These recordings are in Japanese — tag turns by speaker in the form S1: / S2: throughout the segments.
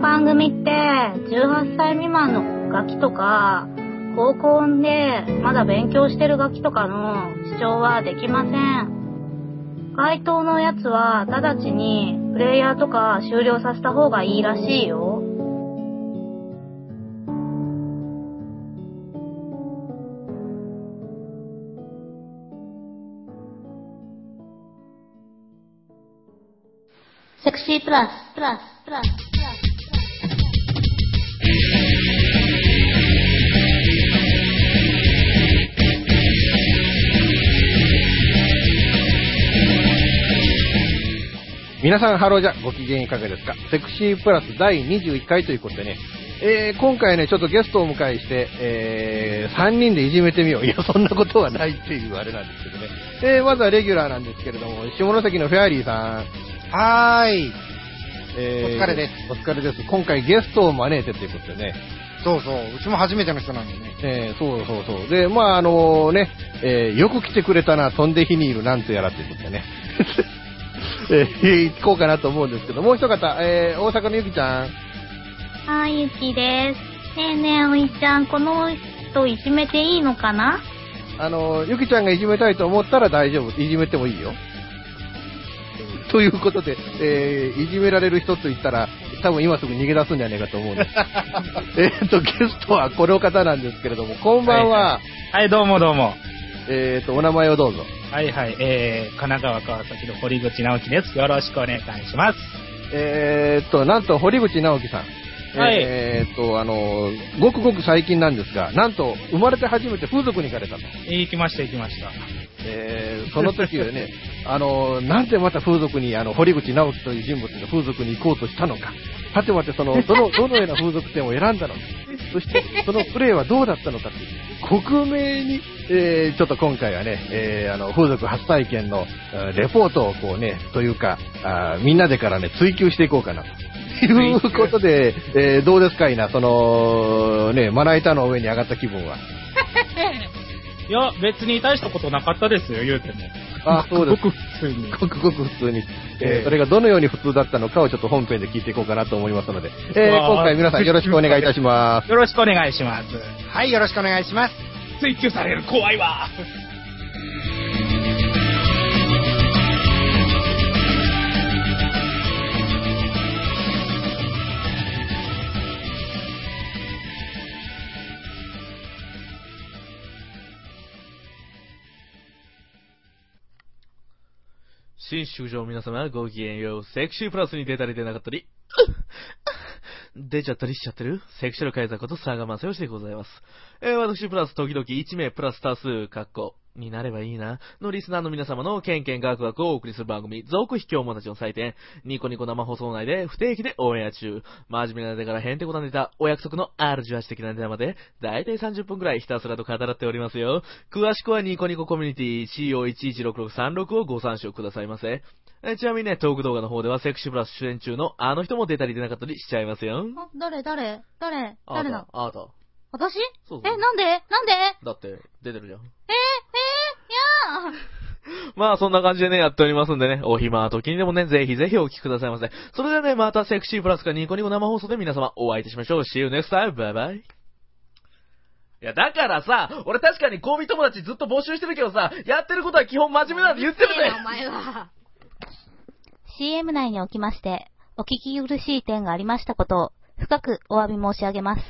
S1: 番組って18歳未満のガキとか高校でまだ勉強してるガキとかの視聴はできません該当のやつは直ちにプレイヤーとか終了させた方がいいらしいよ
S2: セクシープラス、プラス、プラス、プラス。
S3: 皆さん、ハローじゃ、ご機嫌いかがですかセクシープラス第21回ということでね、えー、今回ね、ちょっとゲストをお迎えして、えー、3人でいじめてみよう。いや、そんなことはないっていうあれなんですけどね。えー、まずはレギュラーなんですけれども、下関のフェアリーさん。
S4: はーい。
S3: え
S4: お疲れです。
S3: お疲れです。今回ゲストを招いてということでね。
S4: そうそう。うちも初めての人なんでね。
S3: えー、そうそうそう。で、まああのね、えー、よく来てくれたな、飛んで火にいるなんとやらということでね。 えー、聞こうかなと思うんですけど、もう一方、えー、大阪のゆきちゃん。
S1: はい、ゆきです。ねえねえ、おいちゃん、この人いじめていいのかな
S3: あの、ゆきちゃんがいじめたいと思ったら大丈夫。いじめてもいいよ。ということで、えーいじめられる人と言ったら、多分今すぐ逃げ出すんじゃねえかと思 うんです。えっと、ゲストはこの方なんですけれども、こんばんは、
S5: はい、どうもどうも。
S3: えっと、お名前をどうぞ。
S5: はいはい、えー、神奈川川崎の堀口直樹です。よろしくお願いします。
S3: えっと、なんと、堀口直樹さん。
S5: はい
S3: えっと、あの、ごくごく最近なんですが、なんと、生まれて初めて風俗に行かれたと。
S5: えー行きました行きました。
S3: えーその時はね、 あの、なんでまた風俗に、あの、堀口直樹という人物が風俗に行こうとしたのか、はてまてその、どの、どのような風俗店を選んだのか、そして、そのプレーはどうだったのかっていう、克明に、えーちょっと今回はね、えーあの、風俗初体験の、えーレポートをこうね、というか、あーみんなでからね、追求していこうかなと。いうことで、えーどうですかいな、その、ね、まな板の上に上がった気分は。
S5: いや、別に大したことなかったですよ、言うても。
S3: あそうです
S5: ごく普通に。
S3: ごくごく普通に、え
S5: え
S3: ー
S5: え
S3: それがどのように普通だったのかをちょっと本編で聞いていこうかなと思いますの で、えー
S5: わあ
S3: 今回皆さんよろしくお願いいたします。
S5: よろしくお願いします。
S4: はい、よろしくお願いします。
S5: 追求される怖いわ。
S6: 新宿場皆様、ごきげんよう。セクシープラスに出たり出なかったり。 出ちゃったりしちゃってるセクシャル改ざこと、佐賀正義でございます。えー私プラス時々1名プラス多数、括弧になればいいな、のリスナーの皆様のケンケンガクガクをお送りする番組、続卑怯者たちの祭典、ニコニコ生放送内で不定期でオンエア中、真面目なネタからへんてこなネタ、お約束の R18 的なネタまで、だいたい30分くらいひたすらと語らっておりますよ。詳しくはニコニココミュニティ CO116636 をご参照くださいませ。えちなみにね、トーク動画の方ではセクシープラス主演中のあの人も出たり出なかったりしちゃいますよ。
S1: あ、誰誰誰誰
S6: あなた
S1: だ
S6: あなた。
S1: 私
S6: そうそう
S1: え、なんでなんでえ
S6: だって、出てるじゃん。
S1: ー、えー、いやー
S6: まあ、そんな感じでね、やっておりますんでね、お暇時にでもね、ぜひぜひお聞きくださいませ。それではね、またセクシープラスかニコニコ生放送で皆様お会いいたしましょう。See you next time. Bye bye. いや、だからさ、俺確かにコンビ友達ずっと募集してるけどさ、やってることは基本真面目なんて言って
S1: う
S6: る
S1: るせえなお前は。
S2: CM 内におきまして、お聞き苦しい点がありましたことを、深くお詫び申し上げます。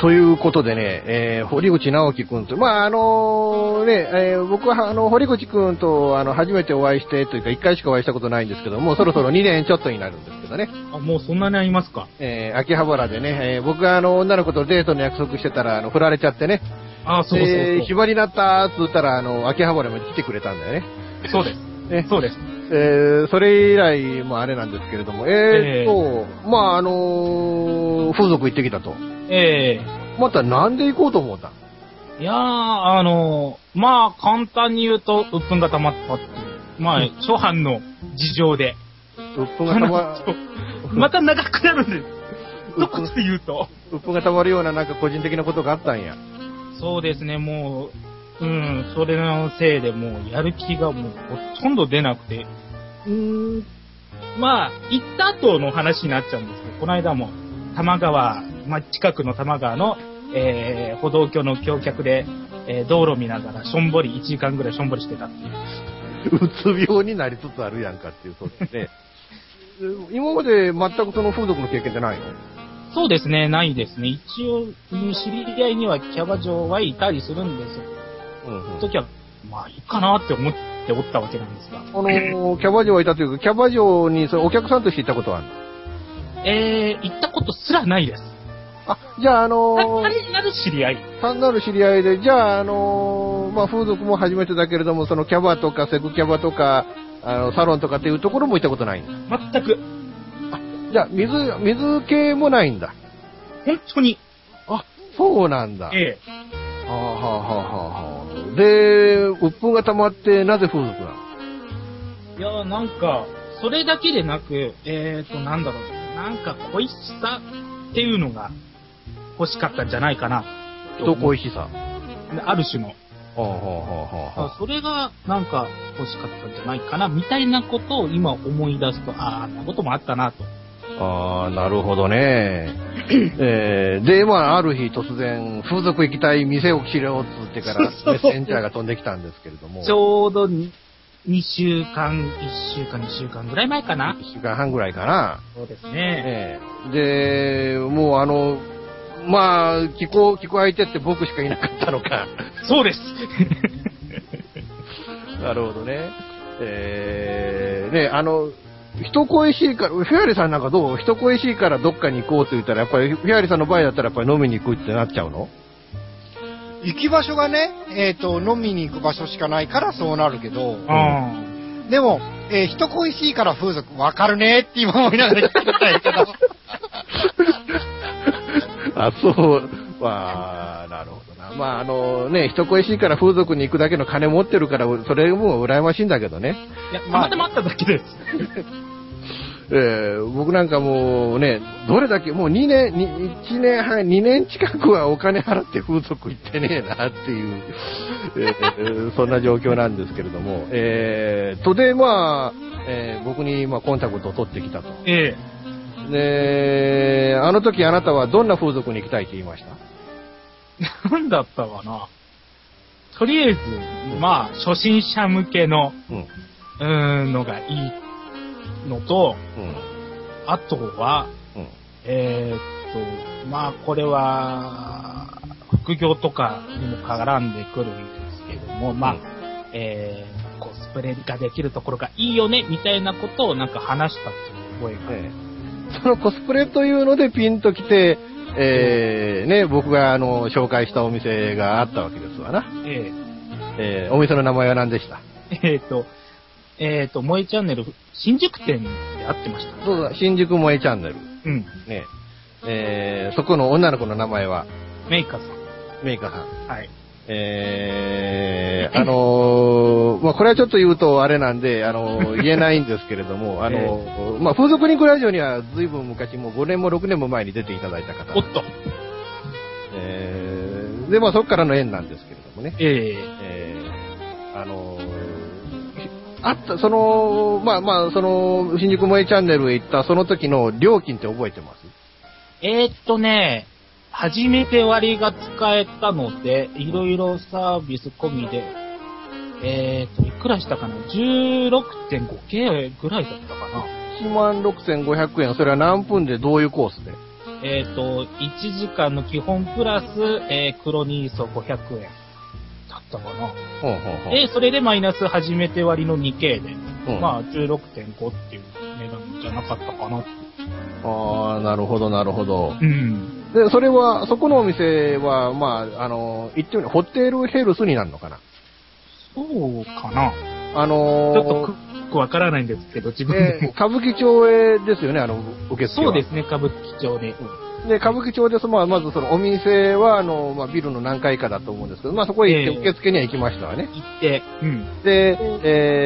S3: ということでね、えー堀口直樹くんと、まあ、あのね、えー僕はあの、堀口くんと、あの、初めてお会いしてというか、1回しかお会いしたことないんですけども、そろそろ2年ちょっとになるんですけどね。
S5: あ、もうそんなにありますか。
S3: えー秋葉原でね、えー僕があの、女の子とデートの約束してたら、あの、振られちゃってね、
S5: あ、そうそうそう。
S3: えー暇になったーっつったら、あの、秋葉原まで来てくれたんだよね。
S5: そうで
S3: ね
S5: す。そうです。
S3: えーそれ以来もあれなんですけれども、えーっ
S5: え
S3: と、まああのー風俗行ってきたと。
S5: え
S3: またなんで行こうと思った
S5: ー、いやー、あのー、まあ、簡単に言うと、鬱憤が溜まったっていう。まあ、初版の事情で。
S3: うっぷんがたま、
S5: また長くなるんです。
S3: うっ
S5: ど
S3: ぷ
S5: こ
S3: ん
S5: で言うと。
S3: うっぷんがたまるようななんか個人的なことがあったんや。
S5: そうですね、もう、うん、それのせいでもう、やる気がもう、ほとんど出なくて、うーん、まあ、行った後の話になっちゃうんですけど、この間も、玉川、まあ、近くの玉川の、えー、歩道橋の橋脚で、えー道路見ながら、しょんぼり、1時間ぐらいしょんぼりしてたっていう。
S3: うつ病になりつつあるやんかっていう、そうですね。 え今まで全くその風俗の経験ってないの
S5: そうですね、ないですね。一応、うん知り合いにはキャバ嬢はいたりするんですよ。
S3: うん、
S5: その時は、まあ、いいかなって思っておったわけなんですが。
S3: あの、キャバ嬢はいたというか、キャバ嬢にそれお客さんとして行ったことはあるの
S5: えー、行ったことすらないです。
S3: あ、じゃあ、あ
S5: た
S3: の
S5: 単になる知り合い。
S3: 単なる知り合いで、じゃあ、あの、まあ、風俗も初めてだけれども、そのキャバとかセクキャバとか、あの、サロンとかっていうところも行ったことないんだ。
S5: 全く、
S3: じゃあ、水、水系もないんだ。
S5: 本当に。
S3: あ、そうなんだ。
S5: ええ
S3: はあ、はあはあはあはあ、で、鬱憤が溜まって、なぜ風俗なの
S5: いや、なんか、それだけでなく、えーと、なんだろう。なんか、恋しさっていうのが欲しかったんじゃないかな。
S3: 人恋しさ。
S5: ある種の。
S3: はあはあはあはあ。
S5: それが、なんか、欲しかったんじゃないかな、みたいなことを今思い出すと、ああ、あんなこともあったなと。
S3: ああ、なるほどね。えー、で、まあ、ある日突然、風俗行きたい店を切ろうっつってから、メッセンジャーが飛んできたんですけれども、
S5: ちょうど2週間、1週間、2週間ぐらい前かな。
S3: 1週間半ぐらいかな。
S5: そうですね。
S3: ええで、もうあの、まあ、聞こう、聞く相手って僕しかいなかったのか。
S5: そうです。
S3: なるほどね。えー、ね、あの、人恋しいから、フェアリさんなんかどう人恋しいからどっかに行こうと言ったら、やっぱりフェアリさんの場合だったらやっぱり飲みに行くってなっちゃうの
S4: 行き場所がね、えっ、と、飲みに行く場所しかないからそうなるけど、
S5: うん。
S4: でも、えー人恋しいから風俗わかるねって今思いながら聞きたいけど、
S3: あ、そう。まあ、なるほどな。まあ、あのね、人恋しいから風俗に行くだけの金持ってるから、それも羨ましいんだけどね。
S5: いや、たまたまあっただけです。
S3: えー僕なんかもうね、どれだけ、もう2年、に1年半、2年近くはお金払って風俗行ってねえなっていう、えーそんな状況なんですけれども、えー、とで、まあ、えー僕に、まあ、コンタクトを取ってきたと。
S5: ええ
S3: で、あの時あなたはどんな風俗に行きたいって言いました
S5: なんだったかな。とりあえず、まあ、初心者向けの、
S3: うん。
S5: うーん、のがいいのと、
S3: うん。
S5: あとは、
S3: うん。
S5: えーっと、まあ、これは、副業とかにも絡んでくるんですけども、まあ
S3: うん、
S5: えーコスプレができるところがいいよね、みたいなことをなんか話したっていう覚えが。
S3: ええそのコスプレというのでピンときて、ええね、僕があの紹介したお店があったわけですわな。
S5: え
S3: ええお店の名前は何でした
S5: ーえーっと、えーっと、萌えチャンネル、新宿店で会ってました。
S3: そうだ、新宿萌えチャンネル。
S5: うん。
S3: ねええそこの女の子の名前は
S5: メイカさん。
S3: メイカさん。
S5: はい。
S3: え えあのーまあ、これはちょっと言うとあれなんで、あの ー言えないんですけれども、あのーまあ、風俗にクラジオには随分昔、もう5年も6年も前に出ていただいた方
S5: おっと。
S3: えーで、まあ、そこからの縁なんですけれどもね、
S5: ええ
S3: えーあのーあった、その、まあまあ、その、新宿萌えチャンネルへ行ったその時の料金って覚えてます
S5: えーっとね、初めて割が使えたので、いろいろサービス込みで、えーっと、いくらしたかな ?16.5K ぐらいだったかな
S3: ?16,500 円、それは何分でどういうコースで
S5: えーっと、1時間の基本プラス、えー、黒ニーソ500円だったかな。
S3: ほうほうほう
S5: で、それでマイナス初めて割の 2K で、
S3: うん
S5: まあ16.5っていう値段じゃなかったかな。
S3: ああ、なるほど、なるほど。
S5: うん。
S3: で、それは、そこのお店は、まあ、あの、言ってみれば、ホテルヘルスになるのかな
S5: そうかな。
S3: あ
S5: ち
S3: のー
S5: ょっとく、くわからないんですけど、自分で
S3: え
S5: も
S3: ー。歌舞伎町へですよね、あの、受付は。
S5: そうですね、歌舞伎町で。
S3: で、歌舞伎町です。まあ、まずそのお店は、あの、まあ、ビルの何階かだと思うんですけど、まあ、そこへ行っ
S5: え
S3: て、
S5: え
S3: 受付には行きましたわね。
S5: 行って、うん。
S3: で、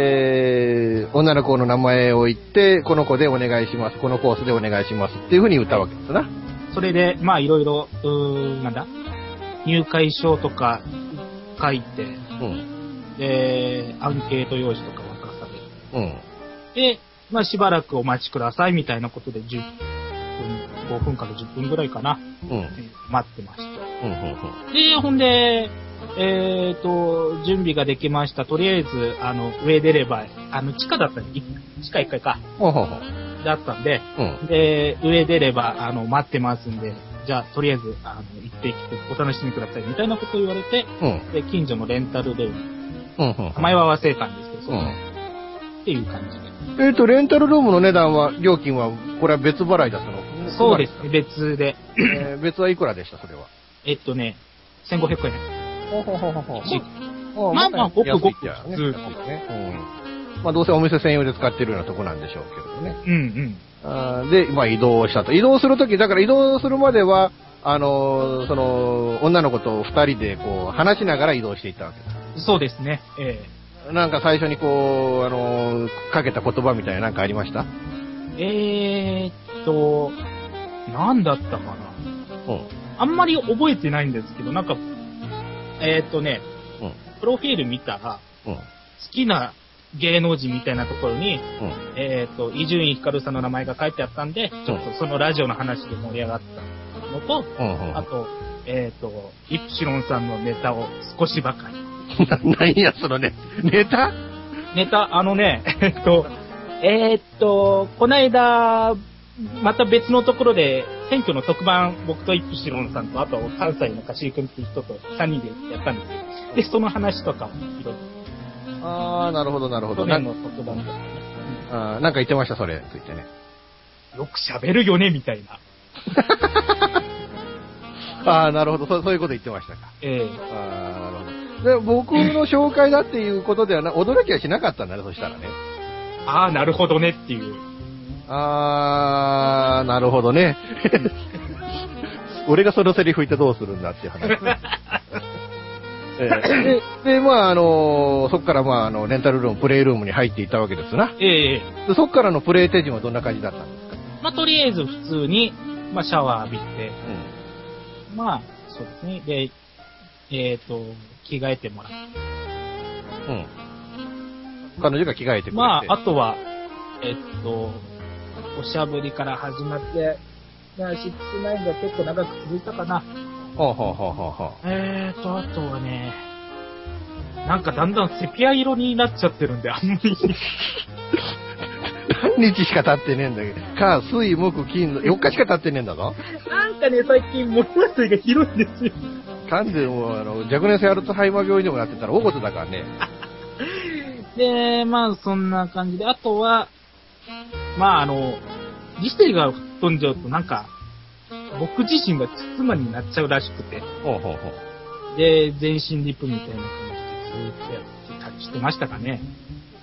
S3: えー、女の子の名前を言って、この子でお願いします、このコースでお願いしますっていうふうに言ったわけですな。
S5: それで、まあいろいろ、うーん、なんだ入会証とか書いて、
S3: うん。
S5: で、アンケート用紙とか渡さ
S3: うん。
S5: れて、まあしばらくお待ちくださいみたいなことで10分、5分から10分ぐらいかな、
S3: うん。うん。
S5: えー待ってました。
S3: うん。
S5: で、ほんで、えっ、と、準備ができました。とりあえず、あの、上出れば、あの、地下だったんで、い地下1階か、
S3: うん。うん。
S5: だったんで、
S3: うん。
S5: で、上出れば、あの、待ってますんで、じゃあ、とりあえず、あの、行ってきて、お楽しみください、みたいなこと言われて、
S3: うん。
S5: で、近所のレンタルで、
S3: うん。。
S5: 名前は忘れたんですけど、そううんっていう感じで。
S3: えっ、と、レンタルルームの値段は、料金は、これは別払いだったの
S5: そうですね、別で。
S3: えー別はいくらでした、それは。
S5: えっとね、1500円。
S3: ほほほほほ
S5: しまあまあごくごく
S3: 安いっちゃね
S5: 普通
S3: うん。まあ、どうせお店専用で使ってるようなとこなんでしょうけどね。
S5: うんうん。
S3: あーで、まあ、移動したと。移動するとき、だから移動するまでは、あのーその、女の子と二人で、こう、話しながら移動していったわけだ。
S5: そうですね、ええ
S3: なんか最初にこう、あのーかけた言葉みたいななんかありました
S5: えーっと、なんだったかな。
S3: うん。
S5: あんまり覚えてないんですけど、なんか、えーっとね、
S3: うん
S5: プロフィール見たら、
S3: うん。
S5: 好きな芸能人みたいなところに、
S3: うん。
S5: えーっと、伊集院光さんの名前が書いてあったんで、ちょっとそのラジオの話で盛り上がったのと、
S3: うん。う
S5: あと、えーっと、イプシロンさんのネタを少しばかり。
S3: ん。何や、そのね、ネタ
S5: ネタ、あのね、 えーっと、えーっと、こないだ、また別のところで、選挙の特番、僕とイプシロンさんと、あと関西のカシー君っていう人と3人でやったんですよ。で、その話とかをいろい
S3: ああ、なるほど、なるほ
S5: ろ、
S3: ど。
S5: 去
S3: な
S5: 年
S3: んか
S5: の特番とかね、
S3: あーなんか言ってました、それ、ついてね。
S5: うんよく喋るよね、みたいな。
S3: ああ、なるほどそ、そういうこと言ってましたか。
S5: ええ
S3: ああ、なるほど。で、僕の紹介だっていうことではな、驚きはしなかったんだね、そしたらね。
S5: ああ、なるほどねっていう。
S3: あー、なるほどね。 俺がそのセリフ言ってどうするんだっていう話。 えーでで、まあ、あのーそっから、まあ、あの、レンタルルーム、プレイルームに入っていったわけですな。
S5: ええ
S3: でそっからのプレイ手順はどんな感じだったんですか
S5: まあ、とりあえず普通に、まあ、シャワー浴びて、まあ、そうですね。で、えーっ、と、着替えてもらって
S3: うん。彼女が着替えてくれて。
S5: まあ、あとは、えっと、おしゃぶりから始まって、まあ、シックスナインが結構長く続いたかな。
S3: ほうほうほうほうほう。
S5: えーと、あとはね、なんかだんだんセピア色になっちゃってるんで、あんまり。
S3: 何 日しか経ってねえんだけど。か、水、木、金の、4日しか経ってねえんだぞ。
S5: なんかね、最近物忘れがひどいんですよ。
S3: 完全もう、あの、若年性アルツハイマー病にでもなってたら大事だからね。
S5: で、まあ、そんな感じで、あとは、まあ、あの、理性が吹っ飛んじゃうと、なんか、僕自身が妻になっちゃうらしくて。
S3: ほうほうほう。
S5: で、全身リプみたいな感じでずーっとやってたりしてましたかね。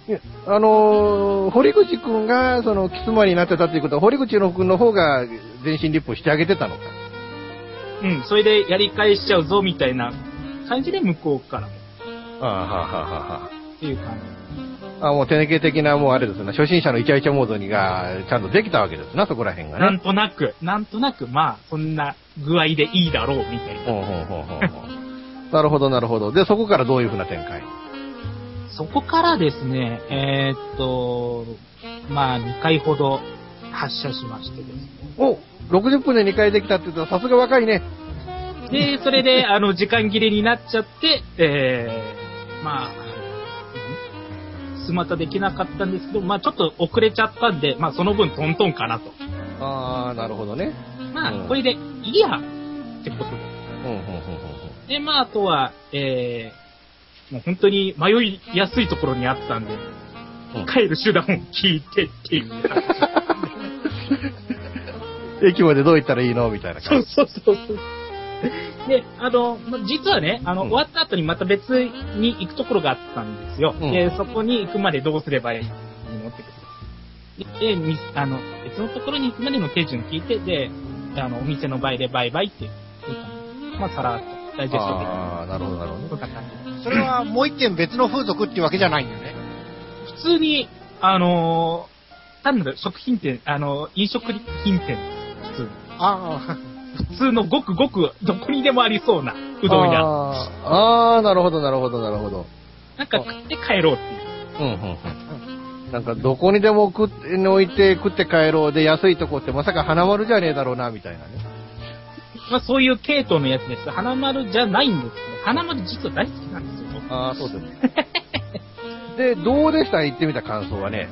S3: いやあのー堀口くんが、その、キスマになってたっていうことは、堀口のくんの方が全身リップをしてあげてたのか。
S5: うん、それでやり返しちゃうぞみたいな感じで向こうからも
S3: ああ、はあ、はあ、は
S5: っていう感
S3: あ。あもう手抜け的な、もうあれですな、初心者のイチャイチャモードにが、ちゃんとできたわけですな、そこら辺
S5: じ。
S3: が
S5: なん
S3: ね。
S5: となく、なんとなく、まあ、そんな具合でいいだろうみたいな。
S3: ほうほうほうほうほう。なるほど、なるほど。で、そこからどういうふうな展開
S5: そこからですね、えーっと、まあ、2回ほど発射しましてですね。
S3: お !60 分で2回できたって言ったら、さすが若いね。
S5: で、それで、あの、時間切れになっちゃって、えー、まあ、すまたできなかったんですけど、まあちょっと遅れちゃったんで、まあその分トントンかなと。
S3: ああ、なるほどね。
S5: ま
S3: うん
S5: あ、これでいいや、ってことで。
S3: うん、うん、うん、
S5: で、まああとは、えー、もう本当に迷いやすいところにあったんで、
S3: うん
S5: 帰る手段を聞いてっていう感じ。
S3: うん。駅までどう行ったらいいのみたいな
S5: そ
S3: 感
S5: う
S3: じ。
S5: そうそうそう。で、あの、ま実はね、あの、
S3: うん
S5: 終わった後にまた別に行くところがあったんですよ。
S3: うん
S5: で、そこに行くまでどうすればいいのってことで、みあの、別のところに行くまでの手順聞いて、で、あの、お店の場合でバイバイって言ったのまあ、さらっと、ダイジェストで。
S3: ああ、なるほど、なるほどね。
S5: こんな感じ
S4: それはもう一件別の風俗っていうわけじゃないんだよね。
S5: 普通に、あのー単なる食品店、あの飲食品店です、普通に。
S4: あ
S5: 普通のごくごく、どこにでもありそうなうどん屋。
S3: あーあー、なるほど、なるほど、なるほど。
S5: なんか買って帰ろうってい
S3: うん、う
S5: う。
S3: ん、うん。なんか、どこにでも食って、置いて食って帰ろうで、安いとこってまさか花丸じゃねえだろうな、みたいなね。
S5: まあそういう系統のやつです。花丸じゃないんですけど、花丸実は大好きなんですよ。
S3: ああ、そう です。で、どうでした行ってみた感想はね。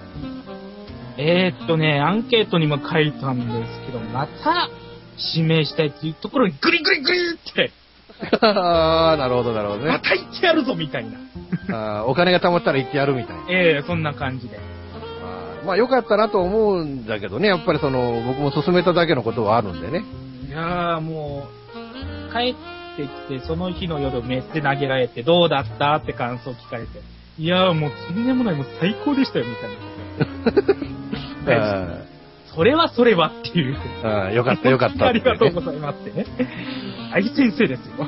S5: えー、っとね、アンケートにも書いたんですけど、また指名したいっていうところにグリグリグリって、
S3: ああ、なるほど、なるほど
S5: ま
S3: ね。
S5: た行ってやるぞみたいな。
S3: あーお金が貯まったら行ってやるみたいな。
S5: ええそんな感じで。
S3: あーまあ、良かったなと思うんだけどね、やっぱりその、僕も勧めただけのことはあるんでね。
S5: いやーもう、帰ってきて、その日の夜メッセ投げられて、どうだったって感想聞かれて。いやーもう、とんでもない、もう最高でしたよ、みた いな。
S3: あ
S5: それはそれはっていう。
S3: ーあー、よかった、よかった
S5: あ
S3: って
S5: り
S3: いうね、
S5: がとうございますってね。大先生です よ。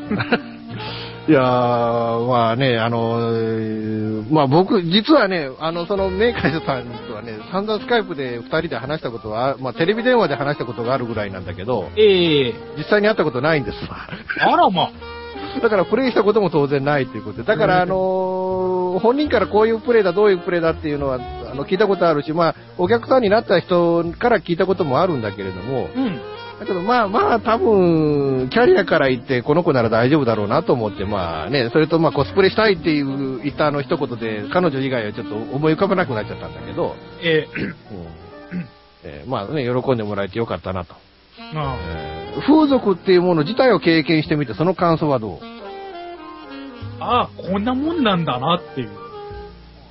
S3: いやー、まあね、あのー、まあ僕、実はね、あの、そのメーカーさんとはね、散々スカイプで二人で話したことは、まあテレビ電話で話したことがあるぐらいなんだけど、
S5: ええ
S3: 実際に会ったことないんです わ。
S5: あらまあ。
S3: だからプレイしたことも当然ないということで、だからあのー本人からこういうプレイだ、どういうプレイだっていうのは、あの、聞いたことあるし、まあ、お客さんになった人から聞いたこともあるんだけれども、
S5: うん。
S3: だけどまあまあ多分、キャリアから言ってこの子なら大丈夫だろうなと思って、まあね、それとまあコスプレしたいっていう言ったあの一言で、彼女以外はちょっと思い浮かばなくなっちゃったんだけど、
S5: え
S3: えーまあね、喜んでもらえてよかったなと。
S5: え ま
S3: えー風俗っていうもの自体を経験してみて、その感想はどう
S5: あ、ああ、こんなもんなんだなっていう。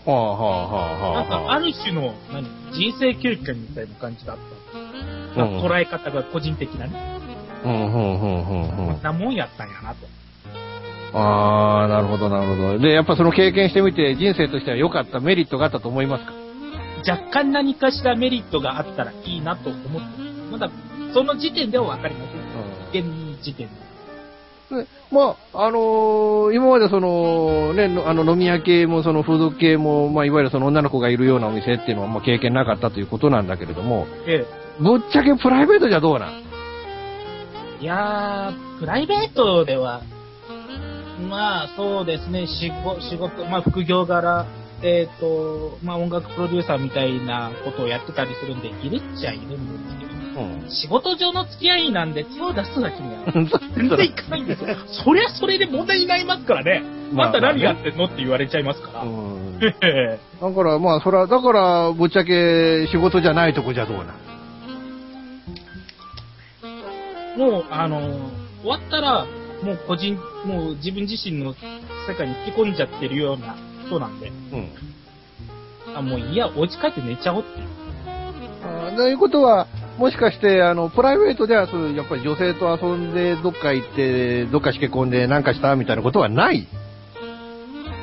S3: はあはあはあ
S5: なん
S3: は
S5: か、ある種の、何、人生経験みたいな感じだった。
S3: うん
S5: 捉え方が個人的なね。
S3: うんうんうんうんうん
S5: こんなもんやったんやなと。
S3: ああ、なるほどなるほど。で、やっぱその経験してみて、人生としては良かった、メリットがあったと思いますか
S5: 若干何かしらメリットがあったらいいなと思ってます。まだ、その時点では分かりません。現時点で。
S3: ねまあ、あのー今までその、ね、のあの飲み屋系もその風俗系も、まあ、いわゆるその女の子がいるようなお店っていうのは、まあ、経験なかったということなんだけれども、
S5: え
S3: ぶっちゃけプライベートじゃどうなん
S5: え。いやー、プライベートでは、まあ、そうですね、仕事、仕事、まあ、副業柄、えっ、と、まあ、音楽プロデューサーみたいなことをやってたりするんで、いるっちゃいるんですけど、
S3: うん。
S5: 仕事上の付き合いなんで手を出すだけに は全
S3: 全
S5: 然いかないんですよ。そりゃそれで問題になりますからね。また何があってんのって言われちゃいますから。
S3: うん。
S5: ええ
S3: だから、まあ、そら、だから、ぶっちゃけ仕事じゃないとこじゃどうなん
S5: もう、あの終わったら、もう個人、もう自分自身の世界に引き込んじゃってるような人なんで、
S3: うん。
S5: あ、もういいや、お家帰って寝ちゃおうっていう。
S3: あーということは、もしかして、あの、プライベートでは、そう、やっぱり女性と遊んで、どっか行って、どっかしけ込んで、なんかしたみたいなことはないっ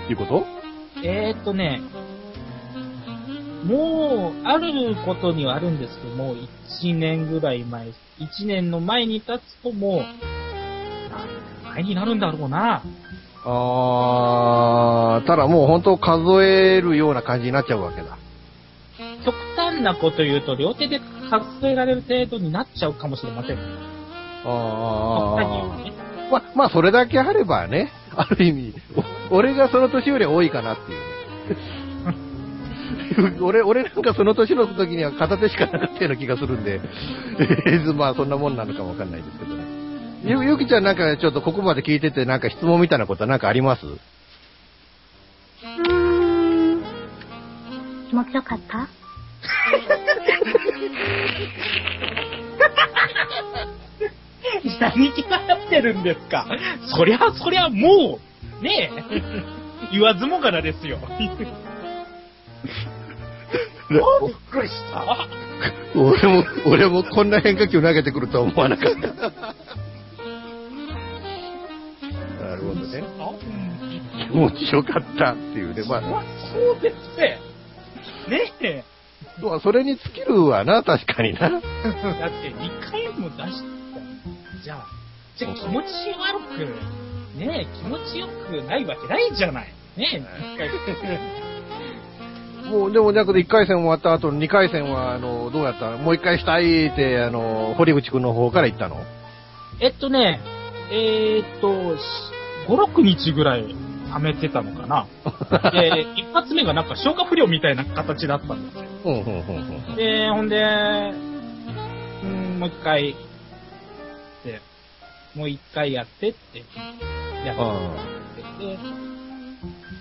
S3: ていうこと
S5: えーっとね、もう、あることにはあるんですけど、もう1年ぐらい前、1年の前に立つともう、何年前になるんだろうな。
S3: あー、ただもう本当数えるような感じになっちゃうわけだ。
S5: 極端なこと言うと、両手で数えられる程度になっちゃうかもしれません。極端に言う
S3: あ
S5: とね。
S3: ー。ま、まあ、それだけあればね、ある意味、お俺がその年より多いかなっていうね。 俺、俺なんかその年の時には片手しかなかったような気がするんで、まあそんなもんなのかもわかんないですけどね。ゆ、ゆきちゃんなんかちょっとここまで聞いててなんか質問みたいなことはなんかあります
S1: うーん。気持ちよかった
S5: 何気が合ってるんですかそりゃそりゃもう、ねえ、 言わずもがなですよ。びっくりした。
S3: 俺も、俺もこんな変化球投げてくるとは思わなかった。なるほどね。
S5: あう
S3: 気持
S5: ん
S3: ちよかったっていうね。まあ、
S5: まあそうですね。ねえ、
S3: まあそれに尽きるわな、確かにな。
S5: だって2回も出したじゃあ、じゃあ気持ち悪く、ねえ、気持ちよくないわけないじゃない。ねえ、一回。
S3: もう、でも、だけど1回戦終わった後の2回戦は、あの、どうやったもう1回したいって、あの、堀口くんの方から言ったの
S5: えっとね、えーっと、し5、6日ぐらい溜めてたのかな。で、一発目がなんか消化不良みたいな形だったんですよ。
S3: うんうんうんうん
S5: で、ほんで、うん、もう一回、って、もう一回やってって、やっ
S3: あ
S5: てて、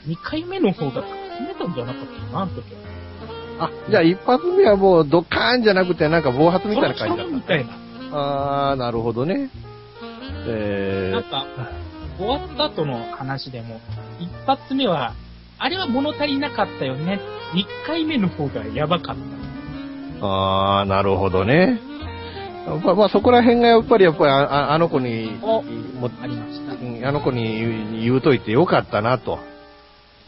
S5: 二回目の方が溜めたんじゃなかったかな、あの時は。
S3: ーあ、じゃあ一発目はもうドカーンじゃなくてなんか暴発みたいな感じだ
S5: トロ
S3: っ
S5: トロみたい
S3: た。
S5: な。
S3: あー、なるほどね。え
S5: なんか、終わった後の話でも、一発目は、あれは物足りなかったよね。一回目の方がやばかった。
S3: ー、あー、なるほどね。まあ、まあ、そこら辺がやっぱり、やっぱりあ、ああの子に、
S5: お
S3: も
S5: ありました。
S3: うんあの子に言う言うといてよかったな、と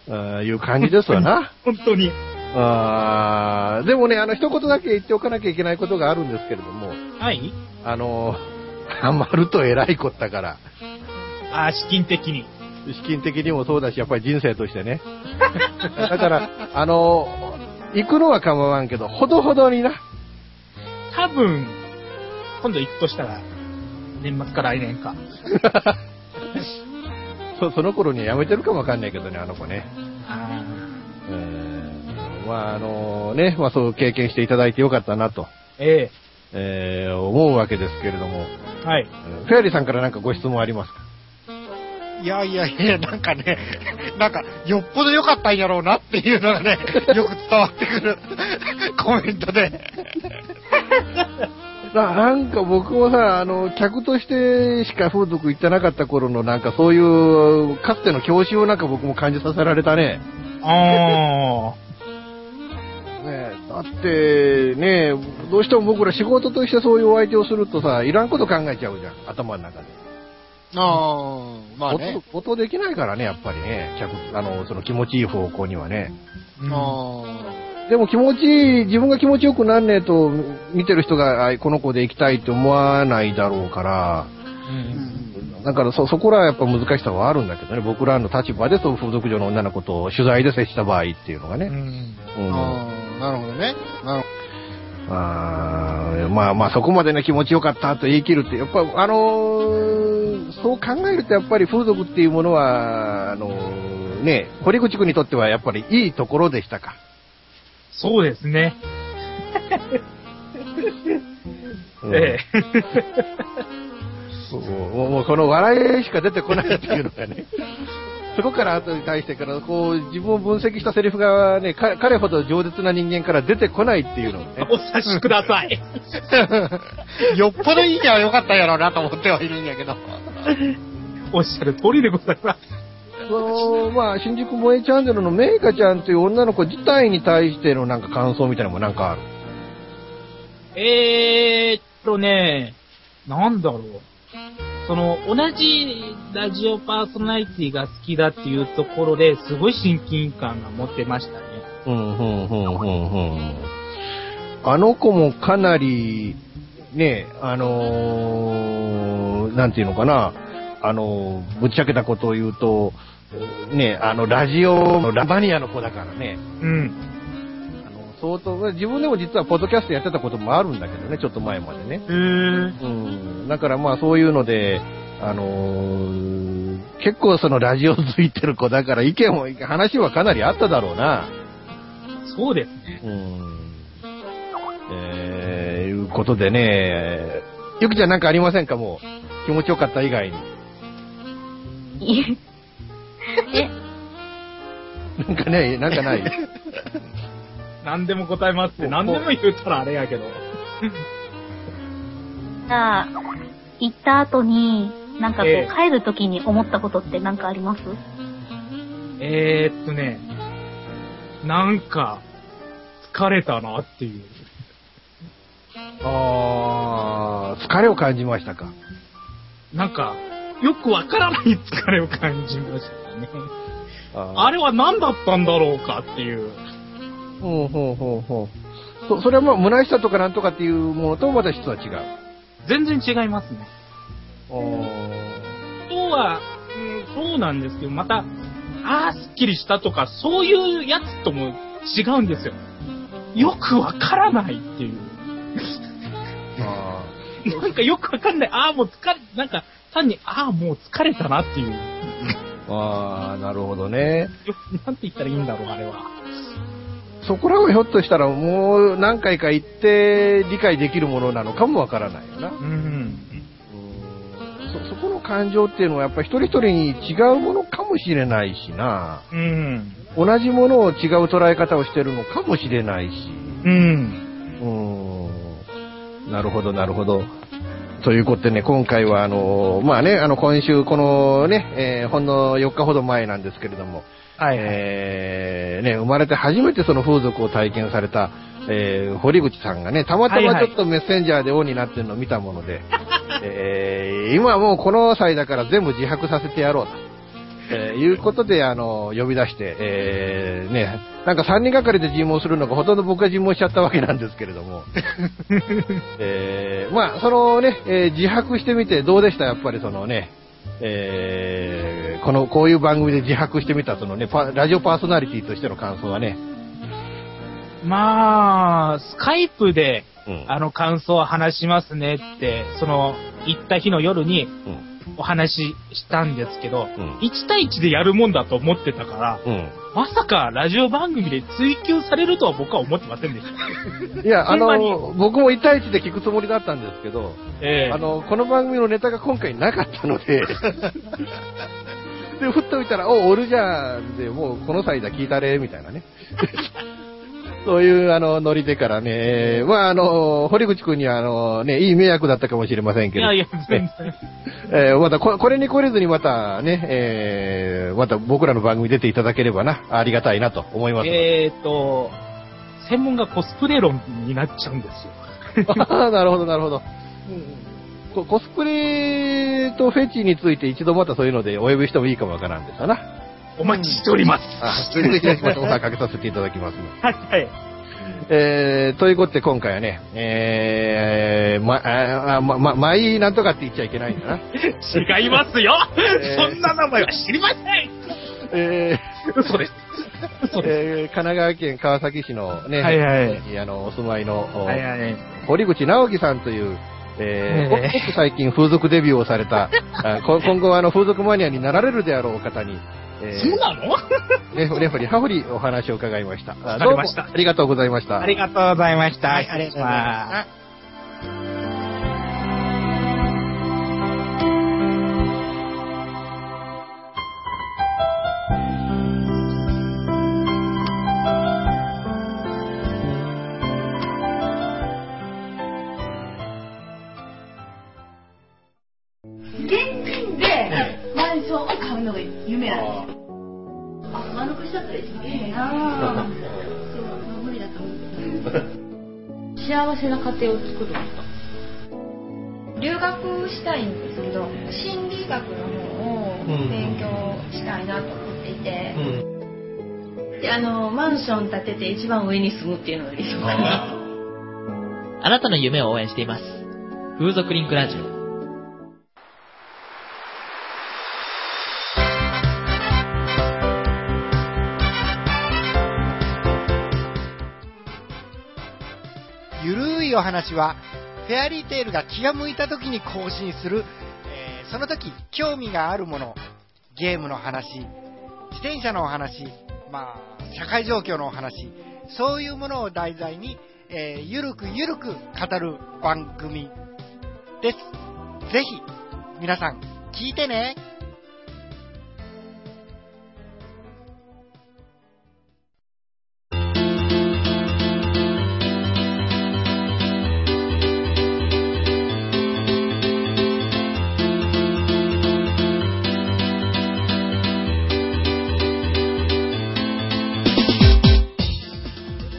S3: あーいう感じですわな。
S5: 本当に。
S3: あーでもね、あの、一言だけ言っておかなきゃいけないことがあるんですけれども、
S5: はい
S3: あの、ハマると偉いこったから、
S5: ああ、資金的に。
S3: 資金的にもそうだし、やっぱり人生としてね。だから、あの、行くのは構わんけど、ほどほどにな。
S5: 多分、今度行くとしたら、年末か来年か。
S3: そその頃にはやめてるかもわかんないけどね、あの子ね。
S5: あ
S3: うんまあ、あのね、まあそう経験していただいてよかったなと、
S5: ーえ
S3: えー思うわけですけれども、
S5: えはい。
S3: うんフェアリーさんからなんかご質問ありますか
S4: いやいやいや、なんかね、 なんか、よっぽど良かったんやろうなっていうのがね、よく伝わってくるコメントで。
S3: ななんか僕もさ、あの、客としてしか風俗行ってなかった頃のなんかそういう、かつての教習をなんか僕も感じさせられたね。
S5: あ
S3: ねだって、ねどうしても僕ら仕事としてそういうお相手をするとさ、いらんこと考えちゃうじゃん、頭の中で。
S4: ああ、まあね。
S3: 音、音できないからね、やっぱりね、客、あの、その気持ちいい方向にはね。
S5: あ。
S4: あ
S3: でも気持ちいい、自分が気持ちよくなんねえと、見てる人が、あこの子で行きたいって思わないだろうから、
S5: う。
S4: ーうんん
S3: だからそ、そこらはやっぱ難しさはあるんだけどね、僕らの立場で、その風俗嬢の女の子と取材で接した場合っていうのが
S5: う
S3: ね。
S5: ん。
S3: うん
S4: あーなるほどね。なる
S3: あーまあまあ、そこまでね、気持ちよかったと言い切るって、やっぱ、あのーそう考えるとやっぱり風俗っていうものは、あのーね、堀口君にとってはやっぱりいいところでしたか。
S5: そうですね。
S3: うん
S5: え え。
S3: そうもうもうこの笑いしか出てこないっていうのがね。そこから後に対してから、こう、自分を分析したセリフがね、か彼ほど饒舌な人間から出てこないっていうの がね。
S5: お察しくださ い。
S4: ほど。よっぽどいいには良かったんやろうなと思ってはいるんやけど。
S5: おっしゃる通りでございます。
S3: その、まあ、新宿萌えチャンネルのメイカちゃんという女の子自体に対してのなんか感想みたいなのもなんかある。
S5: えーっとね、なんだろう。その、同じラジオパーソナリティが好きだっていうところですごい親近感が持ってましたね。
S3: うん、うん、うん、うん、うん。あの子もかなり、ね、あのーなんていうのかな、あのーぶっちゃけたことを言うと、ね、あの、ラジオのラバニアの子だからね、
S5: うん。
S3: あの、相当、自分でも実はポッドキャストやってたこともあるんだけどね、ちょっと前までね。
S5: へー。
S3: うん、だからまあそういうので、あのー結構そのラジオついてる子だから意見も、話はかなりあっただろうな。
S5: そうですね。
S3: うん。えー、いうことでね、ゆきちゃんなんかありませんかもう。気持ちよかった以外に。
S1: い
S3: なんかね、なんかない。
S5: 何でも答えますって、何でも言ったらあれやけど。
S1: じゃあ、行った後に、なんかこう、
S5: ええ
S1: 帰る時に思ったことってなんかあります
S5: えーっとね、なんか、疲れたなっていう。
S3: あー、疲れを感じましたか。
S5: なんか、よくわからない疲れを感じましたね。あ
S3: あれ
S5: れは何だったんだろうかっていう。
S3: ほうほうほうほう。そそれはまあ、虚しさとかなんとかっていうものとまた質は違う。
S5: 全然違いますね。
S3: あ
S5: 今日は、うん、そうなんですけど、また、ああ、すっきりしたとか、そういうやつとも違うんですよ。よくわからないっていう。
S3: ーあ
S5: なんかよくわかんない。ああ、もう疲れ、なんか、単に、ああ、もう疲れたなっていう。
S3: ああ、なるほどね。
S5: よなんて言ったらいいんだろう、あれは。
S3: そこらもひょっとしたらもう何回か行って理解できるものなのかもわからないよな。
S5: うん。
S3: そ、そこの感情っていうのはやっぱ一人一人に違うものかもしれないしな。
S5: うん。
S3: 同じものを違う捉え方をしてるのかもしれないし。
S5: うん。
S3: うーん。なるほど、なるほど。ということでね、今回はあの、まあね、あの今週このね、えーほんの4日ほど前なんですけれども、
S5: はいはい。
S3: えーね、生まれて初めてその風俗を体験された、えー堀口さんがね、たまた
S5: はい
S3: ま
S5: はい
S3: ちょっとメッセンジャーでオンになってるのを見たもの で、えー今はもうこの際だから全部自白させてやろうと。えーいうことで、あの、呼び出して、えーね、なんか3人がかりで尋問するのがほとんど僕が尋問しちゃったわけなんですけれど も、えーまあ、そのね、えー自白してみてどうでしたやっぱりそのね、えーこの、こういう番組で自白してみた、そのね、パラジオパーソナリティとしての感想はね、
S5: まあ、スカイプで、
S3: うん
S5: あの感想を話しますねって、その、行った日の夜に
S3: ん、
S5: お話ししたんですけど、
S3: うん
S5: 1対1でやるもんだと思ってたから、
S3: うん。
S5: まさかラジオ番組で追求されるとは僕は思ってませんでし た。
S3: い や、あ
S5: ほん
S3: の、
S5: まに
S3: 僕も1対1で聞くつもりだったんですけど、
S5: ええ
S3: あの、この番組のネタが今回なかったので、で、振っておいたら、お、おるじゃんで、もうこの際だ、聞いたれ、みたい なね。そういう、あの、ノリでからね、えーまあ、あの、堀口くんには、あの、ね、いい迷惑だったかもしれません
S5: い
S3: けど、
S5: やいや、全
S3: ね
S5: 然。
S3: えーまたこ、これに来れずにまたね、えーまた僕らの番組出ていただければな、ありがたいなと思いますので。
S5: えーと、専門がコスプレ論になっちゃうんですよ。
S3: ああ、なるほど、なるほど。こコスプレとフェチについて一度またそういうのでお呼びしてもいいかもわからんですよな。
S5: お待ちしております。
S3: あということで、またお話かけさせていただきますので。
S5: はいはい。
S3: えー、ということで今回はね、えー、ま、ああ、ま、ま、マイなんとかって言っちゃいけないんだな。
S5: 違いますよ、
S3: えー
S5: そんな名前は知りません
S3: えー
S5: 嘘です。嘘です。
S3: えー神奈川県川崎市のね、
S5: はいはい
S3: あの、お住まいの、お
S5: はいはい。
S3: 堀口直樹さんという、えー
S5: ええ
S3: ごく最近風俗デビューをされ た、あこ今後はあの風俗マニアになられるであろうお方に、え
S5: そうなの
S3: ー、ねほりはりはほりお話を伺いました。あ
S5: わかりました
S3: どうもありがとうございました。
S5: ありがとうございました。
S4: はい、ありがとうございます。
S7: 現金でマンションを買うのが夢なんですよ。あ、満足しちゃったら一番いいなぁ。そう、まあ無理だと思ってた。幸せな家庭を作ること。留学したいんですけど、心理学の方を勉強したいなと思っていて、で、あの、マンション建てて一番上に住むっていうのが理想かな。
S8: あなたの夢を応援しています。風俗リンクラジオ。
S4: ゆるいお話は、フェアリーテールが気が向いた時に更新する、えーその時興味があるもの、ゲームの話、自転車のお話、まあ、社会状況のお話、そういうものを題材に、えーゆるくゆるく語る番組です。ぜひ、皆さん、聞いてね。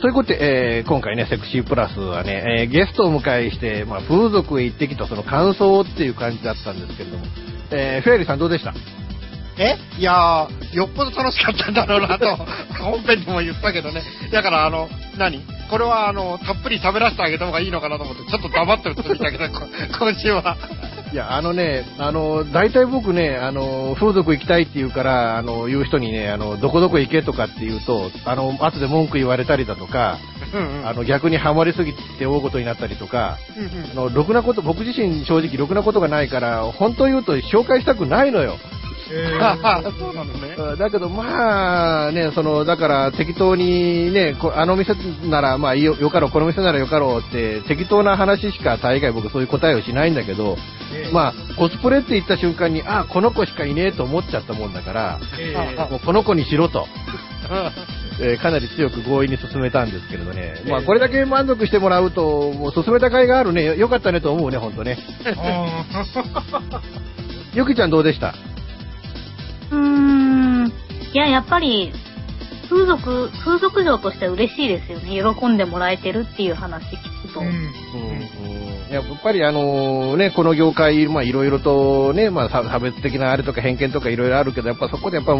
S3: ということで、えー今回ね、セクシープラスはね、えーゲストをお迎えして、まあ、風俗へ行ってきたその感想っていう感じだったんですけれども、えーフェアリーさんどうでした
S4: えいやー、よっぽど楽しかったんだろうなと、 本編でも言ったけどね。だから、あの、何これは、あの、たっぷり喋らせてあげた方がいいのかなと思って、ちょっと黙ってると見たけど、こ今週は。
S3: いや、あのね、あの、大体僕ね、あの、風俗行きたいって言うから、あの、言う人にね、あの、どこどこ行けとかって言うと、あの、後で文句言われたりだとか、
S4: うんうん
S3: あの、逆にハマりすぎて大ごとになったりとか、
S4: うんうん
S3: あの、ろくなこと、僕自身正直ろくなことがないから、本当言うと紹介したくないのよ。
S4: ああ そうなのね。
S3: うんだけど、まあ、ね、その、だから適当にね、こあの店ならまあいいよ、よかろう、この店ならよかろうって、適当な話しか大概僕そういう答えをしないんだけど、まあ、コスプレって言った瞬間に、ああ、この子しかいねえと思っちゃったもんだから、
S5: え
S3: もうこの子にしろと、えーかなり強く強引に進めたんですけれどね、まあ、これだけ満足してもらうと、もう進めた甲斐があるね、よよかったねと思うね、ほんとね。
S5: えあ
S3: ゆきちゃんどうでした
S1: うーん。いや、やっぱり、風俗、風俗嬢としては嬉しいですよね。喜んでもらえてるっていう話聞くと。
S5: ーうん
S3: やっぱりあのね、この業界、まあいろいろとね、まあ差差別的なあれとか偏見とかいろいろあるけど、やっぱそこでやっぱ、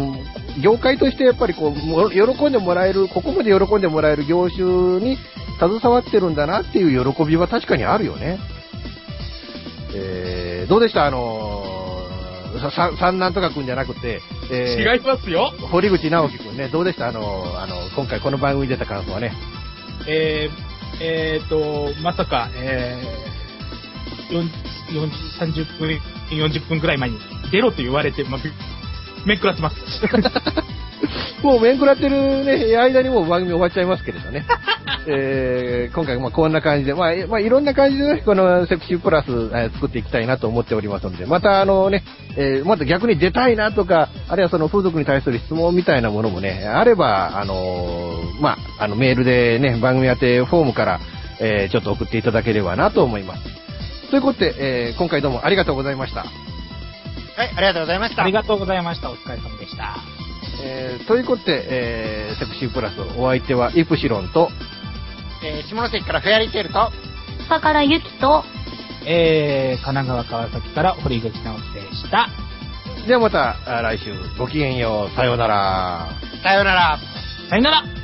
S3: 業界としてやっぱりこう、も喜んでもらえる、ここまで喜んでもらえる業種に携わってるんだなっていう喜びは確かにあるよね。えー、どうでしたあのささ三男とかくんじゃなくて、えー
S5: 違いますよ。
S3: 堀口直樹くんね、どうでしたあのあの、今回この番組に出た感想はね。
S5: えー、えー、と、まさか、えー、よんよん30分、40分くらい前に出ろと言われて、まあ、びめっくらってます。
S3: もう面食らってる、ね、間にもう番組終わっちゃいますけれどね。えー今回まあこんな感じで、まあ、えまあ、いろんな感じでね、このセクシープラス、えー作っていきたいなと思っておりますので、またあのね、えーまた逆に出たいなとか、あるいはその風俗に対する質問みたいなものもね、あれば、あのーまあ、あのメールでね、番組宛てフォームから、えーちょっと送っていただければなと思います。ということで、えー今回どうもありがとうございました。
S4: はい、ありがとうございました。
S5: ありがとうございました。お疲れ様でした。
S3: えーということで、えーセクシープラスお相手はイプシロンと、
S4: えー下関からフェアリーテールと、は
S1: 下からゆきと、
S5: えー、神奈川川崎から堀口直樹でした。
S3: ではまたあ来週ごきげんよう。さようなら。
S4: さようなら。
S5: さよなら